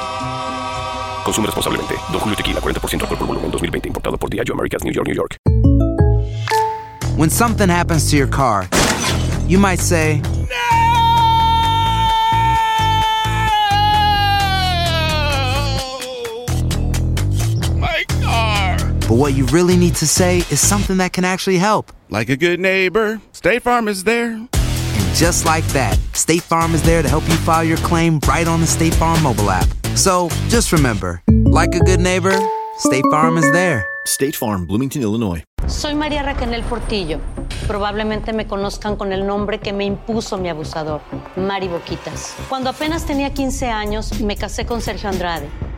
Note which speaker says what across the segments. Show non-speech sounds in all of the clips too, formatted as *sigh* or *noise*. Speaker 1: Consume responsablemente. Don Julio Tequila, 40% alcohol por volumen, 2020. Importado por Diageo Americas, New York, New York.
Speaker 2: When something happens to your car, you might say,
Speaker 3: My car!
Speaker 2: but what you really need to say is something that can actually help.
Speaker 3: Like a good neighbor, State Farm is there.
Speaker 2: And just like that, State Farm is there to help you file your claim right on the State Farm mobile app. So just remember, like a good neighbor, State Farm is there.
Speaker 4: State Farm, Bloomington, Illinois.
Speaker 5: Soy María Raquel Portillo. Probablemente me conozcan con el nombre que me impuso mi abusador, Mari Boquitas. Cuando apenas tenía 15 años, me casé con Sergio Andrade,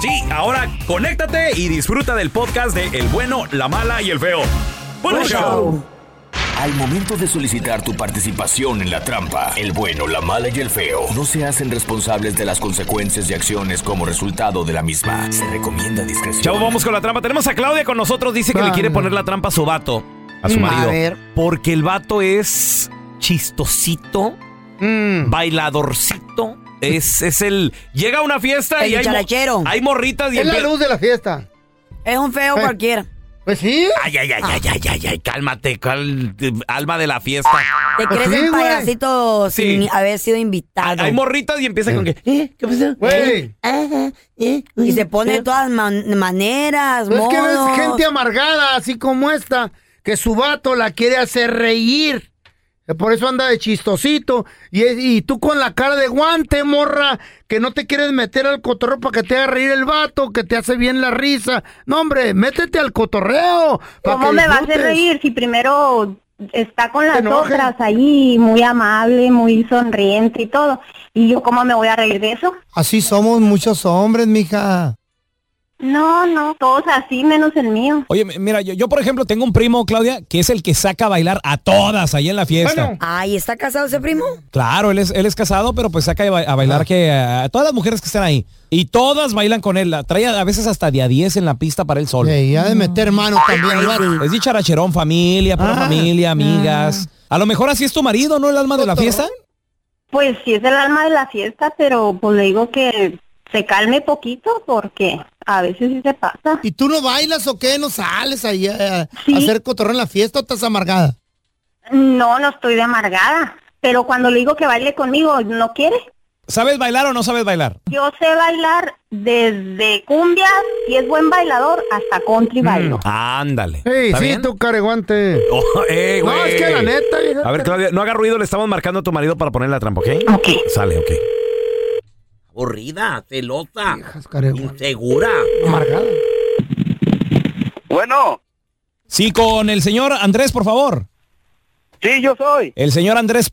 Speaker 6: Sí, ahora conéctate y disfruta del podcast de El bueno, la mala y el feo. ¡Buen show!
Speaker 7: Al momento de solicitar tu participación en la trampa, el bueno, la mala y el feo no se hacen responsables de las consecuencias y acciones como resultado de la misma. Se recomienda discreción.
Speaker 6: Chavo, vamos con la trampa. Tenemos a Claudia con nosotros. Dice que le quiere poner la trampa a su vato, a su
Speaker 8: Mm, a
Speaker 6: marido.
Speaker 8: ver.
Speaker 6: Porque el vato es chistosito,
Speaker 8: Mm.
Speaker 6: bailadorcito. Es, es el. Llega a una fiesta
Speaker 9: El
Speaker 6: y hay, mo-
Speaker 9: dicharachero.
Speaker 6: hay morritas y
Speaker 8: Es la
Speaker 6: empie-
Speaker 8: luz de la fiesta.
Speaker 9: Es un feo
Speaker 8: Eh.
Speaker 9: cualquiera.
Speaker 8: Pues sí.
Speaker 6: Ay, ay, ay, ay, ay, ay, ay, cálmate, cal- alma de la fiesta.
Speaker 9: Te
Speaker 8: Pues
Speaker 9: crees
Speaker 8: sí,
Speaker 9: un
Speaker 8: güey.
Speaker 9: payasito
Speaker 6: Sí.
Speaker 9: sin haber sido invitado. ¿Eh?
Speaker 6: Hay morritas y empieza con que, ¿eh? ¿Qué pasó?
Speaker 8: Güey, ¿Eh?
Speaker 9: Y se pone de todas man- maneras,
Speaker 8: Pues es que
Speaker 9: modos.
Speaker 8: ves gente amargada, así como esta, que su vato la quiere hacer reír. Eh, Por eso anda de chistosito. Y, y tú con la cara de guante, morra, que no te quieres meter al cotorreo para que te haga reír el vato, que te hace bien la risa. No, hombre, métete al cotorreo. pa'
Speaker 10: ¿Cómo
Speaker 8: que
Speaker 10: me va a hacer
Speaker 8: disfrutes.
Speaker 10: reír si primero está con las
Speaker 8: enojes.
Speaker 10: otras ahí, muy amable, muy sonriente y todo? ¿Y yo cómo me voy a reír de eso?
Speaker 11: Así somos muchos hombres, mija.
Speaker 10: No, no, todos así menos el mío.
Speaker 12: Oye, mi- mira, yo, yo, por ejemplo tengo un primo, Claudia, que es el que saca a bailar a todas ahí en la fiesta.
Speaker 8: Bueno,
Speaker 9: Ay, ¿está casado ese primo?
Speaker 12: Claro, él es, él es casado, pero pues saca a ba- a
Speaker 6: Ah.
Speaker 12: bailar que a, a todas las mujeres que están ahí. Y todas bailan con él. La trae a a veces hasta de a 10 en la pista para él solo.
Speaker 11: Ey, ha de meter manos también, vato.
Speaker 12: Es dicharacherón, familia, para
Speaker 11: Ah.
Speaker 12: familia, amigas. A lo mejor así es tu marido, ¿no? El alma de la fiesta.
Speaker 10: Pues sí es el alma de la fiesta, pero pues le digo que se calme poquito porque a veces sí se pasa.
Speaker 11: ¿Y tú no bailas o qué? ¿No sales ahí eh, a, a
Speaker 10: Sí.
Speaker 11: hacer cotorreo en la fiesta o estás amargada?
Speaker 10: No, no estoy de amargada, pero cuando le digo que baile conmigo, no quiere.
Speaker 12: ¿Sabes bailar o no sabes bailar?
Speaker 10: Yo sé bailar desde cumbia, y es buen bailador, hasta
Speaker 11: Mm.
Speaker 10: country bailo.
Speaker 6: Ándale.
Speaker 8: Ey,
Speaker 6: ¿Está
Speaker 8: sí,
Speaker 6: bien?
Speaker 8: tú, careguante.
Speaker 6: Oh, *laughs* eh,
Speaker 8: No,
Speaker 6: güey.
Speaker 8: es que la neta, vieja.
Speaker 6: A ver, Claudia, no haga ruido, le estamos marcando a tu marido para poner la trampa, ¿ok?
Speaker 10: Ok.
Speaker 6: Sale, ok.
Speaker 2: Aburrida, celosa,
Speaker 8: Viejas careguante.
Speaker 2: insegura.
Speaker 8: Amargada.
Speaker 3: Bueno,
Speaker 12: Sí, con el señor Andrés, por favor.
Speaker 3: sí, yo soy.
Speaker 12: El señor Andrés.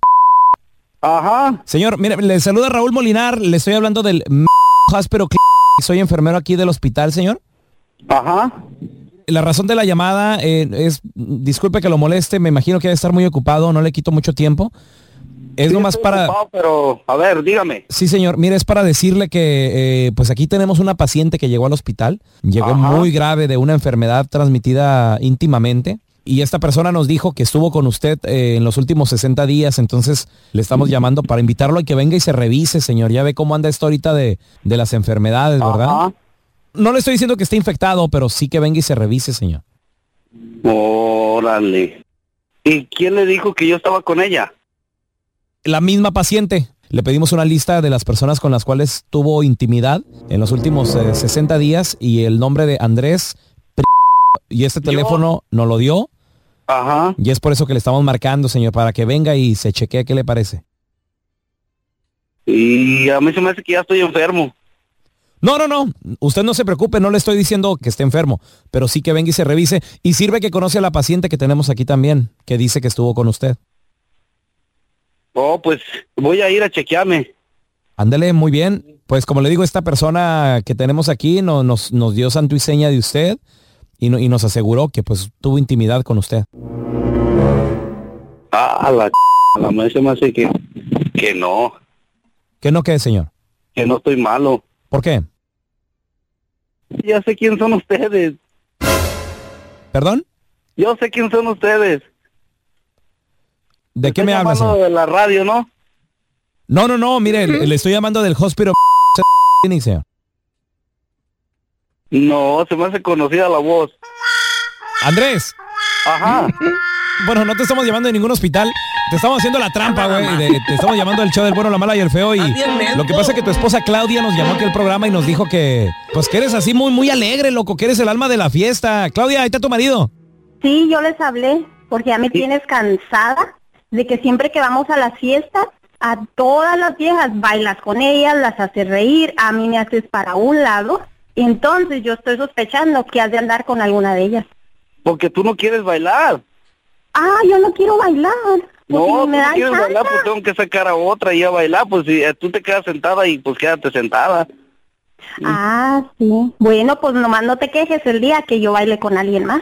Speaker 3: Ajá.
Speaker 12: Señor, mire, le saluda Raúl Molinar. Le estoy hablando del
Speaker 6: Hospital. Soy enfermero aquí del hospital, señor. Ajá. La razón de la llamada eh, es, disculpe que lo moleste, me imagino que debe estar muy ocupado, no le quito mucho tiempo. Es
Speaker 13: Sí,
Speaker 6: nomás
Speaker 13: estoy
Speaker 6: para...
Speaker 13: ocupado, pero, a ver, dígame.
Speaker 6: Sí, señor. Mire, es para decirle que eh, pues aquí tenemos una paciente que llegó al hospital. Llegó muy grave de una enfermedad transmitida íntimamente. Y esta persona nos dijo que estuvo con usted eh, en los últimos 60 días, entonces le estamos llamando para invitarlo a que venga y se revise, señor. Ya ve cómo anda esto ahorita de, de las enfermedades, ¿verdad? No le estoy diciendo que esté infectado, pero sí que venga y se revise, señor.
Speaker 13: Órale. ¿Y quién le dijo que yo estaba con ella?
Speaker 6: la misma paciente. Le pedimos una lista de las personas con las cuales tuvo intimidad en los últimos eh, 60 días y el nombre de Andrés Pri- y este teléfono nos lo dio.
Speaker 13: Ajá.
Speaker 6: Y es por eso que le estamos marcando, señor, para que venga y se chequee qué le parece.
Speaker 13: Y a mí se me hace que ya estoy enfermo.
Speaker 6: No, no, no. Usted no se preocupe, no le estoy diciendo que esté enfermo, pero sí que venga y se revise. Y sirve que conoce a la paciente que tenemos aquí también, que dice que estuvo con usted.
Speaker 13: Oh, pues voy a ir a chequearme.
Speaker 6: Ándale, muy bien. Pues como le digo, esta persona que tenemos aquí no- nos, nos dio santo y seña de usted y, no- y nos aseguró que pues tuvo intimidad con usted.
Speaker 13: Ah, a la, a la madre se me hace que, que no,
Speaker 6: ¿Qué no qué, señor?
Speaker 13: que no estoy malo.
Speaker 6: ¿Por qué?
Speaker 13: Ya sé quién son ustedes.
Speaker 6: ¿Perdón?
Speaker 13: Yo sé quién son ustedes.
Speaker 6: ¿De qué me hablas?
Speaker 13: Mano
Speaker 6: señor?
Speaker 13: de la radio, ¿no?
Speaker 6: No, no, no, mire, le, le estoy llamando del hospital. Clinic, señor.
Speaker 13: No, se me hace conocida la voz.
Speaker 6: Andrés.
Speaker 13: Ajá.
Speaker 6: Bueno, no te estamos llamando de ningún hospital. Te estamos haciendo la trampa, güey. de- Te estamos llamando del show del bueno, la mala y el feo. Y lo que pasa es que tu esposa Claudia nos llamó aquí al programa y nos dijo que, pues que eres así muy, muy alegre, loco, que eres el alma de la fiesta. Claudia, ahí está tu marido.
Speaker 10: Sí, yo les hablé porque ya me tienes cansada de que siempre que vamos a las fiestas, a todas las viejas bailas con ellas, las haces reír, a mí me haces para un lado. Entonces yo estoy sospechando que has de andar con alguna de ellas.
Speaker 13: Porque tú no quieres bailar.
Speaker 10: Ah, yo no quiero bailar. pues si
Speaker 13: No,
Speaker 10: ni
Speaker 13: tú
Speaker 10: me
Speaker 13: no
Speaker 10: dan
Speaker 13: quieres
Speaker 10: chance.
Speaker 13: bailar, pues tengo que sacar a otra y a bailar. Pues si eh, tú te quedas sentada y pues quédate sentada.
Speaker 10: Ah, sí. Bueno, pues nomás no te quejes el día que yo baile con alguien más.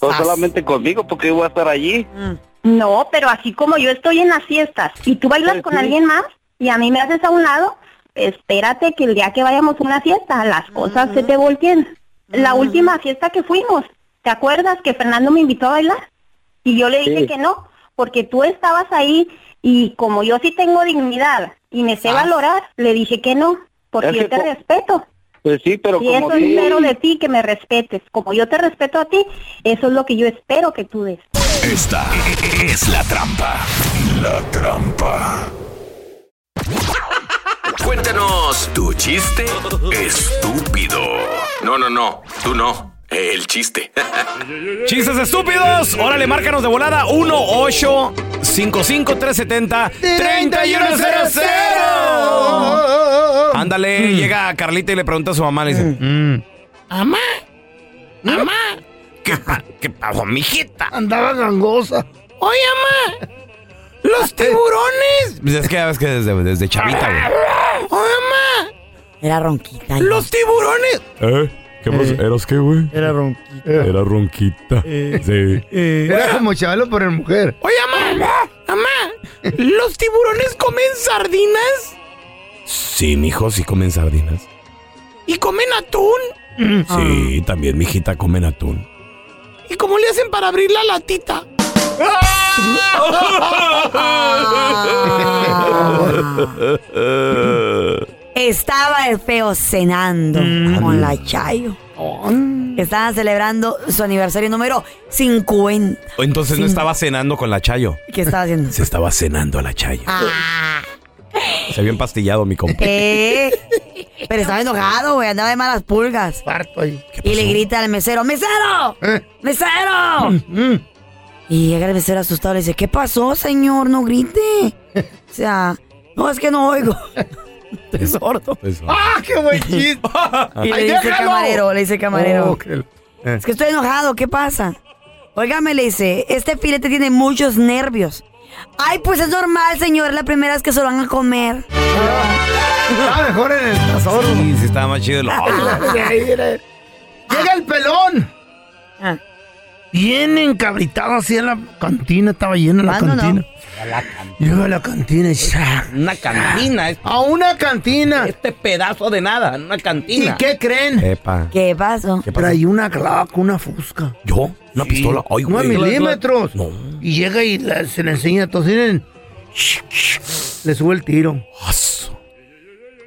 Speaker 13: No solamente conmigo, porque yo voy a estar allí.
Speaker 10: Mm. No, pero así como yo estoy en las fiestas y tú bailas con alguien más y a mí me haces a un lado, espérate que el día que vayamos a una fiesta las cosas se te volteen. La última fiesta que fuimos, ¿te acuerdas que Fernando me invitó a bailar? Y yo le dije
Speaker 14: Sí.
Speaker 10: que no, porque tú estabas ahí y como yo sí tengo dignidad y me
Speaker 13: Ah.
Speaker 10: sé valorar, le dije que no, porque
Speaker 13: Es
Speaker 10: yo
Speaker 13: que
Speaker 10: te
Speaker 13: co-
Speaker 10: respeto.
Speaker 13: Pues sí, pero
Speaker 10: Y
Speaker 13: como
Speaker 10: eso espero
Speaker 13: tú-
Speaker 10: de ti, que me respetes. Como yo te respeto a ti, eso es lo que yo espero que tú des.
Speaker 7: Esta es la trampa. La trampa. Cuéntanos tu chiste estúpido. No, no, no. Tú no. El chiste.
Speaker 15: Chistes estúpidos. Órale, márcanos de volada. 1 8 55 370 3100 Ándale,
Speaker 16: Mm.
Speaker 9: Mm.
Speaker 15: llega Carlita y le pregunta a su mamá, le dice, "Mm,
Speaker 8: Mamá, mamá,
Speaker 15: ¿qué, pa- qué pasó, mijita?
Speaker 8: Andaba gangosa. Oye, mamá, los tiburones.
Speaker 15: Pues es que ya ves que desde, desde chavita, güey.
Speaker 8: Oye, mamá,
Speaker 9: Era ronquita.
Speaker 8: los tiburones.
Speaker 16: ¿Eh? ¿Qué más? ¿Eras qué, güey?
Speaker 17: Era ronquita.
Speaker 16: Era ronquita. Sí.
Speaker 17: Era como Chabelo por el mujer.
Speaker 8: Oye, mamá, mamá, los tiburones comen sardinas
Speaker 15: Sí, mijo, sí comen sardinas.
Speaker 8: y comen atún.
Speaker 15: Sí, también, mijita, comen atún.
Speaker 8: ¿Y cómo le hacen para abrir la latita?
Speaker 9: Estaba el feo cenando
Speaker 6: Mm.
Speaker 9: con la Chayo. Estaban celebrando su aniversario número 50.
Speaker 15: Entonces no estaba cenando con la Chayo.
Speaker 9: ¿Qué estaba haciendo?
Speaker 15: Se estaba cenando a la Chayo.
Speaker 9: Ah,
Speaker 15: Se había empastillado, mi compa.
Speaker 9: eh. Pero estaba enojado, güey. Andaba de malas pulgas. Y le grita al mesero, ¡Mesero! ¡Mesero! Y llega el mesero asustado y le dice, ¿qué pasó, señor? No grite. O sea, no, es que no oigo. Estoy sordo.
Speaker 17: ¡Ah, qué buen chiste!
Speaker 9: Y le
Speaker 17: ¡Ay,
Speaker 9: dice el
Speaker 17: déjalo!
Speaker 9: camarero, le dice el camarero.
Speaker 17: Oh, qué-
Speaker 9: Es que estoy enojado, ¿qué pasa? Óigame, le dice, este filete tiene muchos nervios. Ay, pues es normal, señor. La primera vez que se lo van a comer.
Speaker 8: Ah, mejor en el tazón.
Speaker 6: Sí, sí, estaba más chido
Speaker 9: Ah.
Speaker 6: el otro.
Speaker 8: Llega el pelón. Bien encabritado así en la cantina, estaba llena la
Speaker 3: ¿Cuándo no?
Speaker 8: cantina. Llega a la cantina y ya.
Speaker 3: Una cantina.
Speaker 8: A una cantina.
Speaker 3: Este pedazo de nada, en una
Speaker 8: ¿Y
Speaker 3: cantina.
Speaker 8: qué creen?
Speaker 9: ¿Qué pasó?
Speaker 8: Trae una clac, una fusca.
Speaker 6: ¿Yo? ¿Una pistola? Ay,
Speaker 8: Nueve
Speaker 6: güey.
Speaker 8: milímetros. Y llega y la- se le enseña a todos. Miren. Le sube el tiro.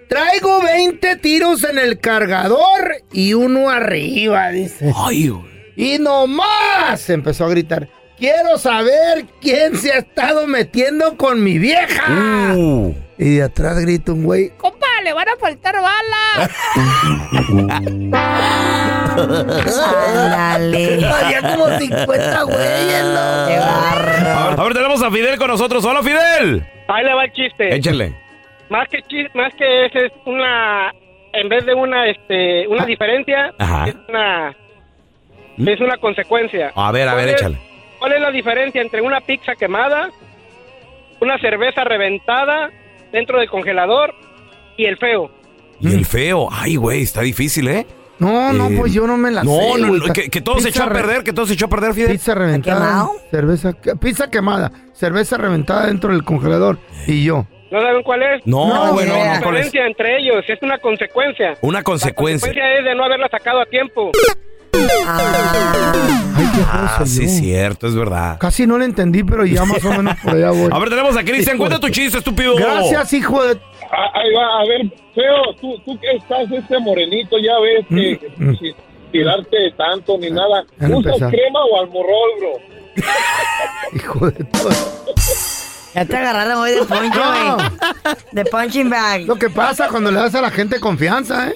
Speaker 8: Traigo 20 tiros en el cargador y uno arriba, dice.
Speaker 6: Ay, güey.
Speaker 8: Y nomás empezó a gritar. Quiero saber quién se ha estado metiendo con mi vieja.
Speaker 6: Uh.
Speaker 8: Y de atrás grita un
Speaker 6: *laughs*
Speaker 8: güey.
Speaker 3: Compa, le van a faltar balas.
Speaker 9: Ándale.
Speaker 18: *laughs*
Speaker 3: Había como
Speaker 6: *laughs*
Speaker 3: 50 güeyes, ¿no? Qué
Speaker 6: A ver, tenemos a Fidel con nosotros. ¡Hola, Fidel!
Speaker 18: Ahí le va el chiste.
Speaker 6: Échale.
Speaker 18: Más que chis- más que es, es una en vez de una este una diferencia
Speaker 6: Ajá.
Speaker 18: es una es una consecuencia.
Speaker 6: A ver, a ver,
Speaker 18: ¿Cuál es-
Speaker 6: échale.
Speaker 18: ¿Cuál es la diferencia entre una pizza quemada, una cerveza reventada dentro del congelador y el feo?
Speaker 6: Y el feo. Ay, güey, está difícil, ¿eh?
Speaker 8: No, no,
Speaker 6: Eh,
Speaker 8: pues yo no me la
Speaker 6: no,
Speaker 8: sé.
Speaker 6: no,
Speaker 8: güey.
Speaker 6: no, que- que todo se echó a
Speaker 8: re-
Speaker 6: perder, que todo se echó a perder, Fidel.
Speaker 8: Pizza reventada.
Speaker 6: quemado?
Speaker 8: Cerveza, que- pizza quemada. Cerveza reventada dentro del congelador. Y yo.
Speaker 18: ¿No saben cuál es?
Speaker 8: No, No,
Speaker 6: güey, no, no,
Speaker 18: la
Speaker 6: ¿cuál es?
Speaker 18: diferencia entre ellos es una consecuencia.
Speaker 6: Una consecuencia.
Speaker 18: consecuencia es de no haberla sacado a tiempo.
Speaker 6: Ah, sí, es cierto, es verdad.
Speaker 8: Casi no le entendí, pero ya más o menos por allá voy.
Speaker 6: *laughs* A ver, tenemos a Cristian. Cuenta tu chiste, estúpido.
Speaker 8: Gracias, hijo de.
Speaker 19: Ah, Ahí va, a ver, feo, tú, tú que estás este morenito, ya ves
Speaker 8: Mm,
Speaker 19: que sin tirarte tanto ni nada.
Speaker 8: Van a
Speaker 19: ¿Usas
Speaker 8: Ah, empezar.
Speaker 19: crema o almorrol, bro?
Speaker 8: Hijo de.
Speaker 9: Ya te agarraron hoy de poncho,
Speaker 8: No.
Speaker 9: güey. De punching bag.
Speaker 8: Lo que pasa cuando le das a la gente confianza, ¿eh?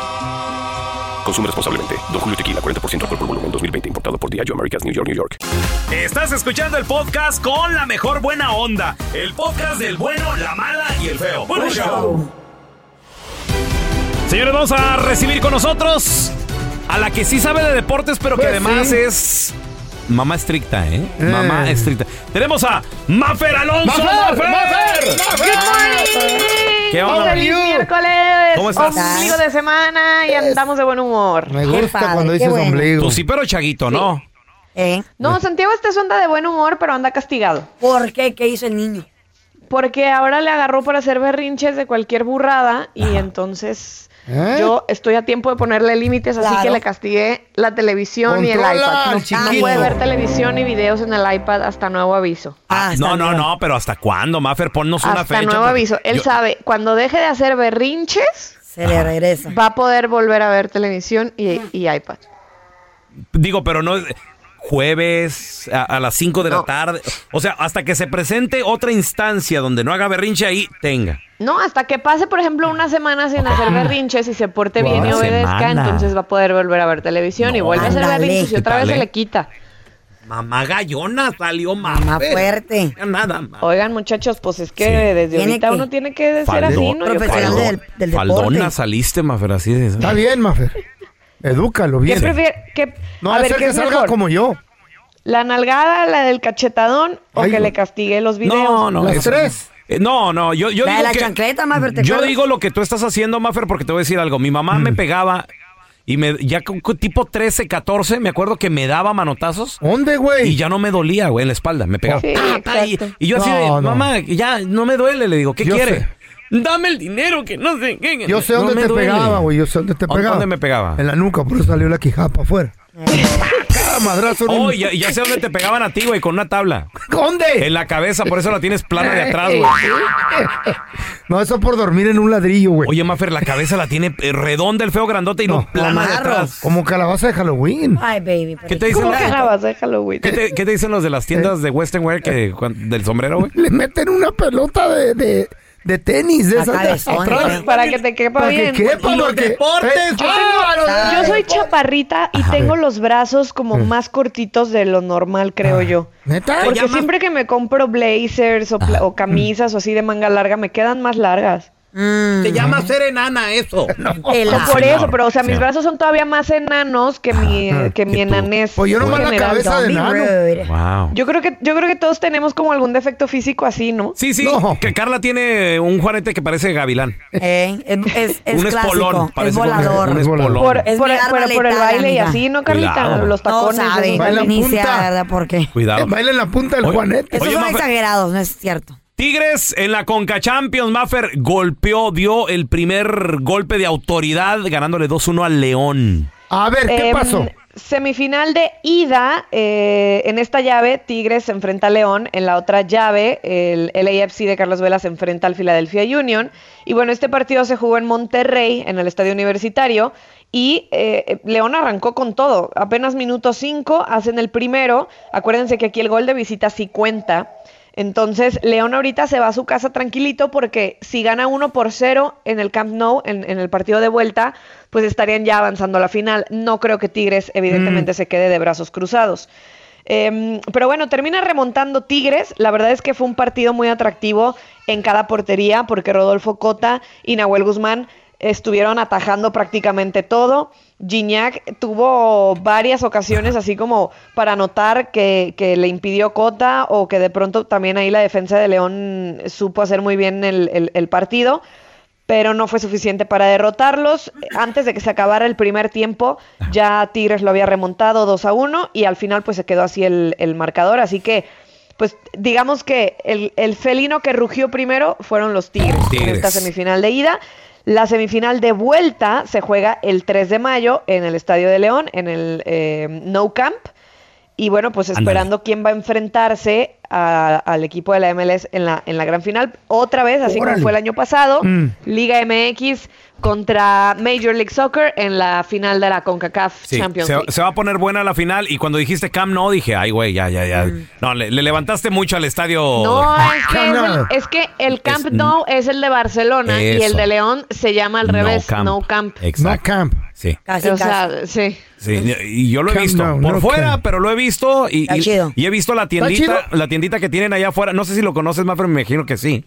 Speaker 1: Consume responsablemente. Don Julio Tequila 40% alcohol por volumen 2020 importado por Diageo Americas New York New York.
Speaker 6: Estás escuchando el podcast con la mejor buena onda. El podcast del bueno, la mala y el feo. Bueno, show. Señores, vamos a recibir con nosotros a la que sí sabe de deportes, pero que además es mamá estricta, ¿eh? Mamá estricta. Tenemos a Mafer Alonso.
Speaker 3: ¡Mafer!
Speaker 6: ¡Mafer! ¿Qué onda?
Speaker 20: ¡Feliz miércoles!
Speaker 6: ¿Cómo estás?
Speaker 20: Ombligo de semana y andamos de buen humor.
Speaker 8: Me gusta cuando dices ombligo.
Speaker 6: Tú Pues sí, pero chaguito, ¿no?
Speaker 20: No, Santiago este anda de buen humor, pero anda castigado.
Speaker 9: ¿Por qué? ¿Qué hizo el niño?
Speaker 20: Porque ahora le agarró para hacer berrinches de cualquier burrada y entonces
Speaker 8: ¿Eh?
Speaker 20: yo estoy a tiempo de ponerle límites, así
Speaker 9: Claro.
Speaker 20: que le castigué la televisión y el
Speaker 8: Controla
Speaker 20: iPad.
Speaker 8: al
Speaker 20: No, no
Speaker 8: chiquito.
Speaker 20: puede ver televisión y videos en el iPad hasta nuevo aviso.
Speaker 9: Ah,
Speaker 6: No, no, no, pero ¿hasta cuándo, Mafer? Ponnos una
Speaker 20: Hasta
Speaker 6: fecha.
Speaker 20: nuevo
Speaker 6: porque
Speaker 20: aviso. Él
Speaker 6: yo-
Speaker 20: sabe, cuando deje de hacer berrinches,
Speaker 9: se le regresa.
Speaker 20: Va a poder volver a ver televisión y, y iPad.
Speaker 6: Digo, pero no es jueves a, a las 5 de la tarde. O sea, hasta que se presente otra instancia donde no haga berrinche ahí, tenga.
Speaker 20: No, hasta que pase, por ejemplo, una semana sin hacer berrinches y se porte bien y
Speaker 6: Una
Speaker 20: obedezca,
Speaker 6: semana.
Speaker 20: entonces va a poder volver a ver televisión y vuelve a hacer
Speaker 6: ándale.
Speaker 20: berrinches y otra vez
Speaker 6: Quítale.
Speaker 20: se le quita.
Speaker 6: Mamá gallona salió mamá.
Speaker 9: fuerte.
Speaker 6: Nada
Speaker 20: Oigan, muchachos, pues es que
Speaker 6: Sí.
Speaker 20: desde
Speaker 6: Tiene
Speaker 20: ahorita
Speaker 6: que-
Speaker 20: uno tiene que ser
Speaker 6: Faldo-
Speaker 20: así, ¿no? Yo
Speaker 6: Faldona-
Speaker 20: creo.
Speaker 6: Faldona saliste, Mafer, así de
Speaker 8: Está bien, Mafer. Edúcalo
Speaker 20: ¿Qué
Speaker 8: bien.
Speaker 20: prefier- qué-
Speaker 8: No
Speaker 20: a
Speaker 8: hacer
Speaker 20: ver, ¿qué
Speaker 8: que
Speaker 20: es
Speaker 8: salga
Speaker 20: mejor?
Speaker 8: como yo.
Speaker 20: ¿La nalgada, la del cachetadón o
Speaker 6: Ay,
Speaker 20: que
Speaker 6: no.
Speaker 20: le castigue los videos?
Speaker 6: No, no. eso- Eh, No, no, yo, yo
Speaker 20: La de
Speaker 6: digo
Speaker 20: la
Speaker 6: que-
Speaker 20: chancleta, Mafer, ¿te
Speaker 6: Yo
Speaker 20: acuerdas?
Speaker 6: digo lo que tú estás haciendo, Mafer, porque te voy a decir algo. Mi mamá
Speaker 8: Mm.
Speaker 6: me pegaba y me ya con con tipo 13, 14, me acuerdo que me daba manotazos.
Speaker 8: ¿Dónde, güey?
Speaker 6: Y ya no me dolía, güey, en la espalda. Me pegaba.
Speaker 3: Sí,
Speaker 6: Ta, ta, y,
Speaker 3: exacto.
Speaker 6: y yo así
Speaker 3: No,
Speaker 6: de,
Speaker 3: no.
Speaker 6: mamá, ya no me duele. Le digo, ¿qué
Speaker 3: Yo
Speaker 6: quiere?
Speaker 3: sé.
Speaker 6: Dame el dinero que no sé qué.
Speaker 8: Yo sé
Speaker 6: No
Speaker 8: dónde
Speaker 6: me
Speaker 8: te
Speaker 6: duele.
Speaker 8: pegaba, güey. Yo sé dónde te
Speaker 6: ¿Dó-
Speaker 8: pegaba.
Speaker 6: dónde me pegaba?
Speaker 8: En la nuca, por eso salió la quijada para afuera. Cada Ah, madrazo. en
Speaker 6: Oh,
Speaker 8: el-
Speaker 6: ya, ya sé dónde te pegaban a ti, güey, con una tabla.
Speaker 8: *laughs* ¿Dónde?
Speaker 6: En la cabeza, por eso la tienes plana de atrás, güey.
Speaker 8: No, eso por dormir en *laughs* un ladrillo, güey.
Speaker 6: Oye, Mafer, la cabeza la tiene eh, redonda el feo grandote y no, plana de atrás.
Speaker 8: Como calabaza de Halloween.
Speaker 9: Ay, baby.
Speaker 6: ¿Qué te dicen
Speaker 20: ¿Cómo
Speaker 6: la-
Speaker 8: *laughs*
Speaker 20: que grabas? Déjalo, güey.
Speaker 6: ¿Qué te, qué te dicen los de las
Speaker 8: Eh.
Speaker 6: tiendas de Western Wear que, cuan- del sombrero, güey?
Speaker 8: Le meten una pelota de, de, de tenis de esas de atrás.
Speaker 20: Para que te quepa
Speaker 8: Para que
Speaker 20: bien.
Speaker 8: quepa,
Speaker 20: Yo
Speaker 8: porque-
Speaker 20: deportes,
Speaker 8: eh,
Speaker 20: yo,
Speaker 8: ah,
Speaker 20: tengo-
Speaker 8: los-
Speaker 20: yo soy chaparrita y tengo los brazos como
Speaker 8: Mm. Ah,
Speaker 20: más cortitos de lo normal, creo yo.
Speaker 8: ¿Neta? Ah, mm.
Speaker 20: Porque siempre que me compro blazers o, pla- o camisas o así de manga larga, me quedan más largas.
Speaker 9: Mm,
Speaker 6: Te llama ser
Speaker 8: *laughs*
Speaker 6: enana eso.
Speaker 20: No, por eso, pero o sea, mis brazos son todavía más enanos que mi, eh, que mi enanés.
Speaker 8: Ah, Pues yo
Speaker 20: en
Speaker 8: nomás la
Speaker 20: general.
Speaker 8: cabeza de
Speaker 20: Don't be rude.
Speaker 8: nano.
Speaker 6: Wow.
Speaker 20: Yo creo que yo creo que todos tenemos como algún defecto físico así, ¿no?
Speaker 6: Sí, sí, que Carla tiene un juanete que parece gavilán.
Speaker 9: es, es, es
Speaker 6: un
Speaker 9: clásico,
Speaker 6: espolón,
Speaker 9: es
Speaker 6: parece
Speaker 9: volador.
Speaker 6: un espolón.
Speaker 20: Por,
Speaker 9: Es
Speaker 20: por-
Speaker 9: mi arma
Speaker 20: por- por el
Speaker 9: letal,
Speaker 20: baile y
Speaker 9: amiga.
Speaker 20: así, ¿no, Carlita?
Speaker 6: Cuidado.
Speaker 20: Los
Speaker 9: No
Speaker 20: tacones.
Speaker 9: sabe,
Speaker 20: esos
Speaker 8: Baila
Speaker 9: ni
Speaker 8: punta.
Speaker 9: sea, la verdad, porque...
Speaker 6: Cuidado.
Speaker 8: Baila en la punta del
Speaker 6: Oye,
Speaker 8: juanete.
Speaker 9: Esos
Speaker 6: oye,
Speaker 9: son
Speaker 6: Mafer.
Speaker 9: exagerados, no es cierto.
Speaker 6: Tigres en la Conca Champions, Maffer golpeó, dio el primer golpe de autoridad ganándole 2-1 al León.
Speaker 8: A ver, ¿qué
Speaker 20: Em,
Speaker 8: pasó?
Speaker 20: Semifinal de ida, eh, en esta llave Tigres se enfrenta a León, en la otra llave el LAFC de Carlos Vela se enfrenta al Philadelphia Union y bueno, este partido se jugó en Monterrey, en el Estadio Universitario y eh, eh, León arrancó con todo, apenas minuto 5, hacen el primero, acuérdense que aquí el gol de visita sí cuenta. Entonces, León ahorita se va a su casa tranquilito porque si gana 1 por 0 en el Camp Nou, en, en el partido de vuelta, pues estarían ya avanzando a la final. No creo que Tigres, evidentemente, se quede de brazos cruzados. Em, pero bueno, termina remontando Tigres. La verdad es que fue un partido muy atractivo en cada portería porque Rodolfo Cota y Nahuel Guzmán estuvieron atajando prácticamente todo. Gignac tuvo varias ocasiones así como para anotar que, que le impidió Cota o que de pronto también ahí la defensa de León supo hacer muy bien el, el- el partido, pero no fue suficiente para derrotarlos. Antes de que se acabara el primer tiempo, ya Tigres lo había remontado 2 a 1 y al final pues se quedó así el, el marcador. Así que, pues digamos que el, el felino que rugió primero fueron los Tigres, en esta
Speaker 6: Tigres.
Speaker 20: semifinal de ida. La semifinal de vuelta se juega el 3 de mayo en el Estadio de León, en el eh, No Camp. Y bueno, pues
Speaker 6: Ándale.
Speaker 20: esperando quién va a enfrentarse a- al equipo de la MLS en la, en la gran final. Otra vez, así
Speaker 21: Órale.
Speaker 20: como fue el año pasado,
Speaker 21: Mm.
Speaker 20: Liga MX contra Major League Soccer en la final de la CONCACAF
Speaker 6: Sí,
Speaker 20: Champions
Speaker 6: se,
Speaker 20: League.
Speaker 6: se va a poner buena la final y cuando dijiste Cam no dije, ay güey, ya, ya, ya. No, le, le levantaste mucho al estadio.
Speaker 20: Mm. No, es que,
Speaker 6: Camp
Speaker 20: es
Speaker 6: Nou.
Speaker 20: el, es que el Camp
Speaker 6: Es-
Speaker 20: Nou es el de Barcelona y el
Speaker 6: Eso.
Speaker 20: de León se llama al
Speaker 6: No
Speaker 20: revés,
Speaker 6: Camp. Eh,
Speaker 20: No Camp.
Speaker 6: Exacto. Sí.
Speaker 20: Casi, o sea, sí.
Speaker 6: Sí, y yo lo he
Speaker 8: Cam
Speaker 6: visto
Speaker 8: Nou,
Speaker 6: por
Speaker 8: no
Speaker 6: fuera,
Speaker 8: Cam.
Speaker 6: pero lo he visto y,
Speaker 8: Está
Speaker 6: y-
Speaker 8: chido.
Speaker 6: y he visto la tiendita,
Speaker 8: ¿Está
Speaker 6: la tiendita que tienen allá afuera. No sé si lo conoces, Maffer, me imagino que sí.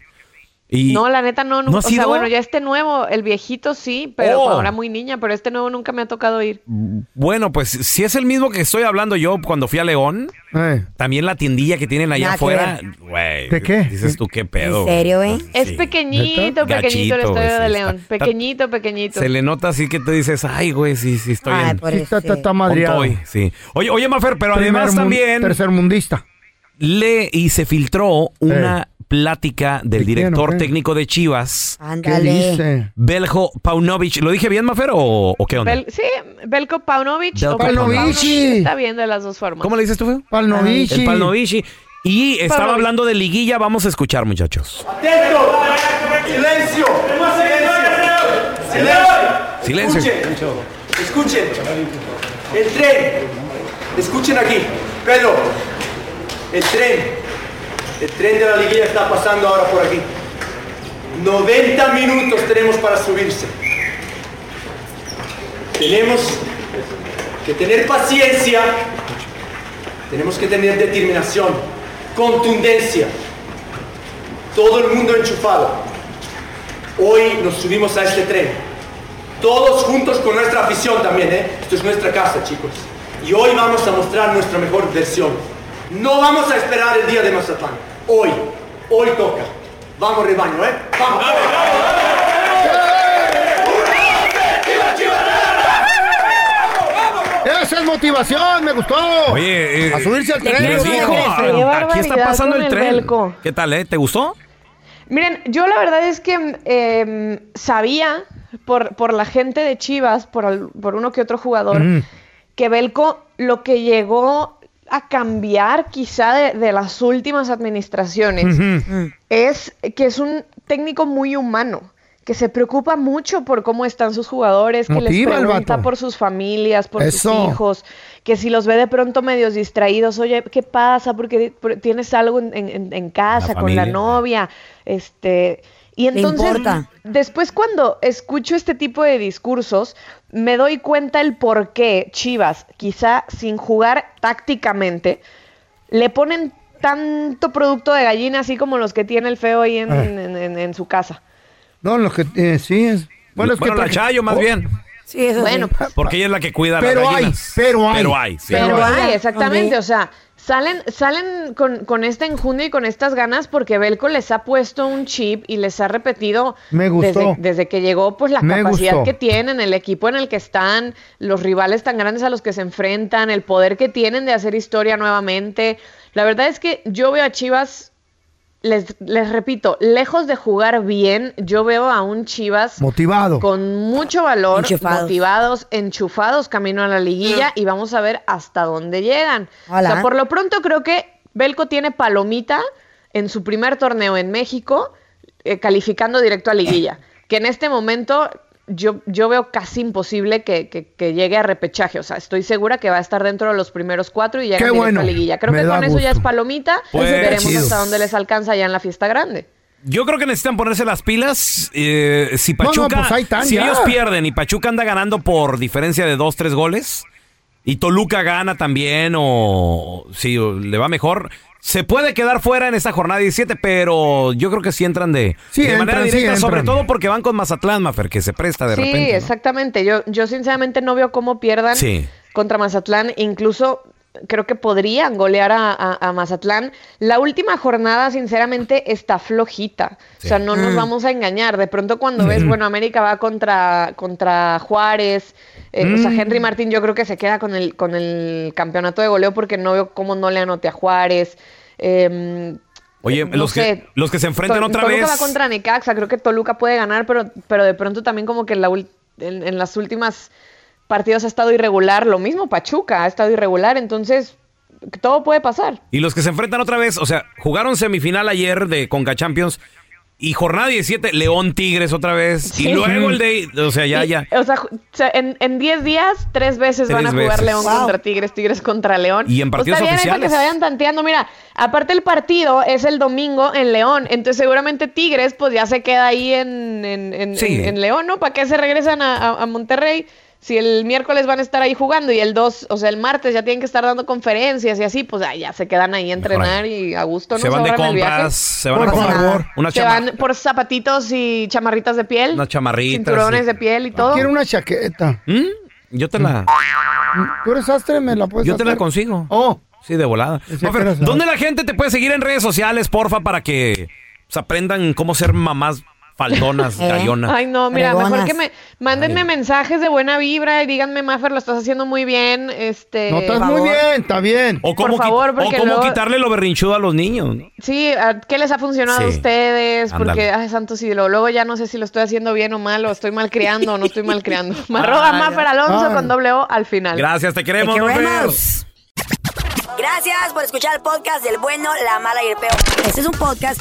Speaker 6: Y
Speaker 20: No, la neta no,
Speaker 6: ¿No
Speaker 20: no
Speaker 6: has
Speaker 20: o sea,
Speaker 6: ido?
Speaker 20: bueno, ya este nuevo, el viejito sí, pero
Speaker 6: Oh.
Speaker 20: ahora muy niña, pero este nuevo nunca me ha tocado ir.
Speaker 6: bueno, pues si es el mismo que estoy hablando yo cuando fui a León,
Speaker 20: Eh.
Speaker 6: también la tiendilla que tienen allá
Speaker 20: Nada que
Speaker 6: afuera,
Speaker 20: ver.
Speaker 6: güey.
Speaker 8: ¿De qué?
Speaker 6: Dices tú qué pedo.
Speaker 9: ¿En serio,
Speaker 6: güey?
Speaker 9: eh?
Speaker 20: Es
Speaker 6: ¿Neta?
Speaker 20: pequeñito, pequeñito el
Speaker 6: Oh. Gachito,
Speaker 20: Estadio
Speaker 6: güey,
Speaker 20: de
Speaker 6: sí,
Speaker 20: León.
Speaker 6: está-
Speaker 20: Pequeñito, pequeñito.
Speaker 6: Se le nota así que te dices, ay, güey, sí, sí, estoy
Speaker 20: Ay,
Speaker 6: en...
Speaker 20: por Sí, está- ese. está- está
Speaker 6: on
Speaker 8: madreado.
Speaker 6: toy", sí. Oye, oye, Mafer, pero
Speaker 8: Primer
Speaker 6: además
Speaker 8: mun-
Speaker 6: también
Speaker 8: Tercermundista.
Speaker 6: le y se filtró una plática del
Speaker 8: quién o
Speaker 6: director
Speaker 8: qué?
Speaker 6: técnico de Chivas.
Speaker 20: Ah.
Speaker 9: Ándale.
Speaker 8: dice?
Speaker 6: Beljo Paunovic. ¿Lo dije bien, Mafer, o, o qué onda?
Speaker 20: Bel- sí, Belko Paunovic.
Speaker 6: Belko
Speaker 20: o Belko
Speaker 6: Paunovic.
Speaker 20: Paunovic, Está bien de las dos formas.
Speaker 6: ¿Cómo le dices tú, feo?
Speaker 20: Palnovici.
Speaker 6: El Palnovici. Y estaba
Speaker 20: Palnovici.
Speaker 6: hablando de liguilla, vamos a escuchar, muchachos.
Speaker 3: ¡Silencio!
Speaker 6: Silencio.
Speaker 3: Escuchen, escuchen. El tren. Escuchen aquí. Pedro, el tren. El tren de la liguilla está pasando ahora por aquí. 90 minutos tenemos para subirse. Tenemos que tener paciencia. Tenemos que tener determinación, contundencia. Todo el mundo enchufado. Hoy nos subimos a este tren. Todos juntos con nuestra afición también, ¿eh? Esto es nuestra casa, chicos. Y hoy vamos a mostrar nuestra mejor versión. No vamos a esperar el día de Mazatlán. Hoy, hoy toca. Vamos rebaño, ¿eh? Vamos.
Speaker 8: Esa es motivación, me gustó.
Speaker 6: Oye, eh,
Speaker 8: a subirse al tren.
Speaker 6: les dijo,
Speaker 20: Qué
Speaker 6: aquí está
Speaker 20: barbaridad
Speaker 6: pasando
Speaker 20: con
Speaker 6: el
Speaker 20: el
Speaker 6: tren.
Speaker 20: Belco.
Speaker 6: ¿Qué tal, eh? ¿Te gustó?
Speaker 20: Miren, yo la verdad es que eh, sabía por, por la gente de Chivas, por, al- por uno que otro jugador,
Speaker 6: Mm.
Speaker 20: que Belco lo que llegó a cambiar quizá de, de las últimas administraciones
Speaker 10: Mm.
Speaker 20: es que es un técnico muy humano, que se preocupa mucho por cómo están sus jugadores, que
Speaker 8: Motiva
Speaker 20: les
Speaker 8: al
Speaker 20: pregunta
Speaker 8: vato.
Speaker 20: por sus familias, por
Speaker 8: Eso.
Speaker 20: sus hijos, que si los ve de pronto medios distraídos, oye, ¿qué pasa? Porque tienes algo en, en- en casa con la
Speaker 9: familia.
Speaker 20: novia, este... Y
Speaker 9: Le
Speaker 20: entonces,
Speaker 9: importa.
Speaker 20: después cuando escucho este tipo de discursos, me doy cuenta el por qué Chivas, quizá sin jugar tácticamente, le ponen tanto producto de gallina, así como los que tiene el feo ahí en,
Speaker 8: Ah.
Speaker 20: en- en- en su casa.
Speaker 8: No, los que eh, sí es. es
Speaker 6: Bueno, la
Speaker 8: traje-
Speaker 6: Chayo más
Speaker 8: Oh,
Speaker 6: bien,
Speaker 20: Sí, eso bueno,
Speaker 6: porque ella es la que cuida
Speaker 8: Pero
Speaker 6: las
Speaker 8: hay,
Speaker 6: gallinas.
Speaker 8: pero hay.
Speaker 6: Pero hay, sí.
Speaker 20: Pero hay,
Speaker 9: ok.
Speaker 20: exactamente. O sea, salen, salen con, con esta enjundia y con estas ganas porque Belco les ha puesto un chip y les ha repetido
Speaker 8: Me gustó.
Speaker 20: Desde, desde que llegó, pues la
Speaker 8: Me
Speaker 20: capacidad
Speaker 8: gustó.
Speaker 20: que tienen, el equipo en el que están, los rivales tan grandes a los que se enfrentan, el poder que tienen de hacer historia nuevamente. La verdad es que yo veo a Chivas. Les, les repito, lejos de jugar bien, yo veo a un Chivas
Speaker 8: Motivado.
Speaker 20: con mucho valor,
Speaker 8: Enchufados.
Speaker 20: motivados, enchufados, camino a la liguilla y vamos a ver hasta dónde llegan.
Speaker 9: Hola.
Speaker 20: O sea, por lo pronto creo que Belco tiene palomita en su primer torneo en México, eh, calificando directo a liguilla, que en este momento yo, yo veo casi imposible que, que- que llegue a repechaje. O sea, estoy segura que va a estar dentro de los primeros cuatro y llega
Speaker 8: Qué
Speaker 20: directo
Speaker 8: bueno.
Speaker 20: a liguilla. Creo
Speaker 6: Me
Speaker 20: que
Speaker 6: da
Speaker 20: con eso ya
Speaker 6: gusto.
Speaker 20: es palomita.
Speaker 6: Pues,
Speaker 20: veremos
Speaker 6: chido.
Speaker 20: hasta dónde les alcanza ya en la fiesta grande.
Speaker 6: Yo creo que necesitan ponerse las pilas. eh, si
Speaker 8: no,
Speaker 6: Pachuca,
Speaker 8: pues ahí están
Speaker 6: si
Speaker 8: ya.
Speaker 6: ellos pierden y Pachuca anda ganando por diferencia de dos, tres goles, y Toluca gana también, o si o le va mejor, se puede quedar fuera en esta jornada 17, pero yo creo que sí entran de,
Speaker 8: Sí,
Speaker 6: de manera
Speaker 8: entran, sí,
Speaker 6: directa, sobre
Speaker 8: entran.
Speaker 6: todo porque van con Mazatlán, Mafer, que se presta de
Speaker 20: sí,
Speaker 6: repente. ¿no?
Speaker 20: exactamente. Yo, yo sinceramente no veo cómo pierdan
Speaker 6: Sí.
Speaker 20: contra Mazatlán. Incluso creo que podrían golear a, a- a Mazatlán. La última jornada, sinceramente, está flojita. O sea, no nos
Speaker 9: Mm.
Speaker 20: vamos a engañar. De pronto cuando ves,
Speaker 9: Mm.
Speaker 20: bueno, América va contra, contra Juárez. eh, O sea,
Speaker 9: Mm.
Speaker 20: Henry Martín yo creo que se queda con el, con el campeonato de goleo porque no veo cómo no le anote a Juárez. Em,
Speaker 6: Oye,
Speaker 20: no
Speaker 6: los,
Speaker 20: sé.
Speaker 6: que, los que se enfrentan
Speaker 20: Tol-
Speaker 6: otra
Speaker 20: Toluca
Speaker 6: vez.
Speaker 20: va contra Necaxa, creo que Toluca puede ganar, pero, pero de pronto también como que en, la ul- en, en las últimas partidos ha estado irregular, lo mismo Pachuca ha estado irregular, entonces todo puede pasar.
Speaker 6: Y los que se enfrentan otra vez, o sea, jugaron semifinal ayer de Conca Champions y jornada 17, León Tigres otra vez.
Speaker 20: Sí.
Speaker 6: Y luego el de. O sea, ya,
Speaker 20: Y-
Speaker 6: ya.
Speaker 20: O sea, ju- o sea, en en 10 días, tres veces van a
Speaker 6: Tres
Speaker 20: jugar
Speaker 6: veces.
Speaker 20: León
Speaker 6: Wow.
Speaker 20: contra Tigres, Tigres contra León.
Speaker 6: Y en
Speaker 20: Pues
Speaker 6: partidos
Speaker 20: está bien eso
Speaker 6: oficiales.
Speaker 20: que se vayan tanteando. Mira, aparte el partido es el domingo en León, entonces seguramente Tigres pues ya se queda ahí en, en- en-
Speaker 6: Sí.
Speaker 20: en- en León, ¿no? ¿Para qué se regresan a, a- a Monterrey? Si el miércoles van a estar ahí jugando y el 2, o sea, el martes ya tienen que estar dando conferencias y así, pues ay, ya se quedan ahí a entrenar y a gusto, ¿no?
Speaker 6: Se van de
Speaker 20: ahorran el viaje.
Speaker 6: compras, se van a
Speaker 20: Por
Speaker 6: comprar
Speaker 20: favor.
Speaker 6: una
Speaker 20: Se
Speaker 6: chama-
Speaker 20: van por zapatitos y chamarritas de piel.
Speaker 6: Unas Ah. chamarritas,
Speaker 20: Cinturones
Speaker 6: sí.
Speaker 20: de piel y todo.
Speaker 8: Quiero una chaqueta.
Speaker 6: ¿Mm? Yo te la.
Speaker 8: Tú eres sastre, me la puedes
Speaker 6: Yo te la
Speaker 8: hacer?
Speaker 6: consigo.
Speaker 8: Oh.
Speaker 6: Sí, de volada. Mafer, ¿Dónde la gente te puede seguir en redes sociales, porfa, para que se aprendan cómo ser mamás
Speaker 20: *laughs*
Speaker 6: faltonas, gallonas?
Speaker 20: ¿Eh? Ay, no, mira, mejor
Speaker 6: Fregonas.
Speaker 20: que me mándenme mensajes de buena vibra y díganme, Mafer, lo estás haciendo muy bien. Este,
Speaker 6: No, estás
Speaker 20: por
Speaker 6: muy bien.
Speaker 8: Bien, está bien.
Speaker 6: O cómo,
Speaker 20: Por
Speaker 6: qui-
Speaker 20: favor,
Speaker 6: o
Speaker 20: porque
Speaker 6: cómo
Speaker 20: luego-
Speaker 6: quitarle lo berrinchudo a los niños. ¿no?
Speaker 20: Sí, ¿a ¿qué les ha funcionado a
Speaker 6: Sí.
Speaker 20: ustedes? Porque,
Speaker 6: Ándale.
Speaker 20: ay, santo cielo, luego ya no sé si lo estoy haciendo bien o mal, o estoy malcriando o no
Speaker 6: *laughs*
Speaker 20: estoy malcriando. Me arroba
Speaker 6: Ay,
Speaker 20: Mafer
Speaker 6: ay.
Speaker 20: Alonso con doble O al final.
Speaker 6: Gracias, te queremos. Mafer.
Speaker 9: Gracias por escuchar el podcast del bueno, la mala y el peo. Este es un podcast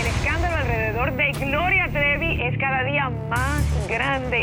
Speaker 20: El escándalo alrededor de Gloria Trevi es cada día más grande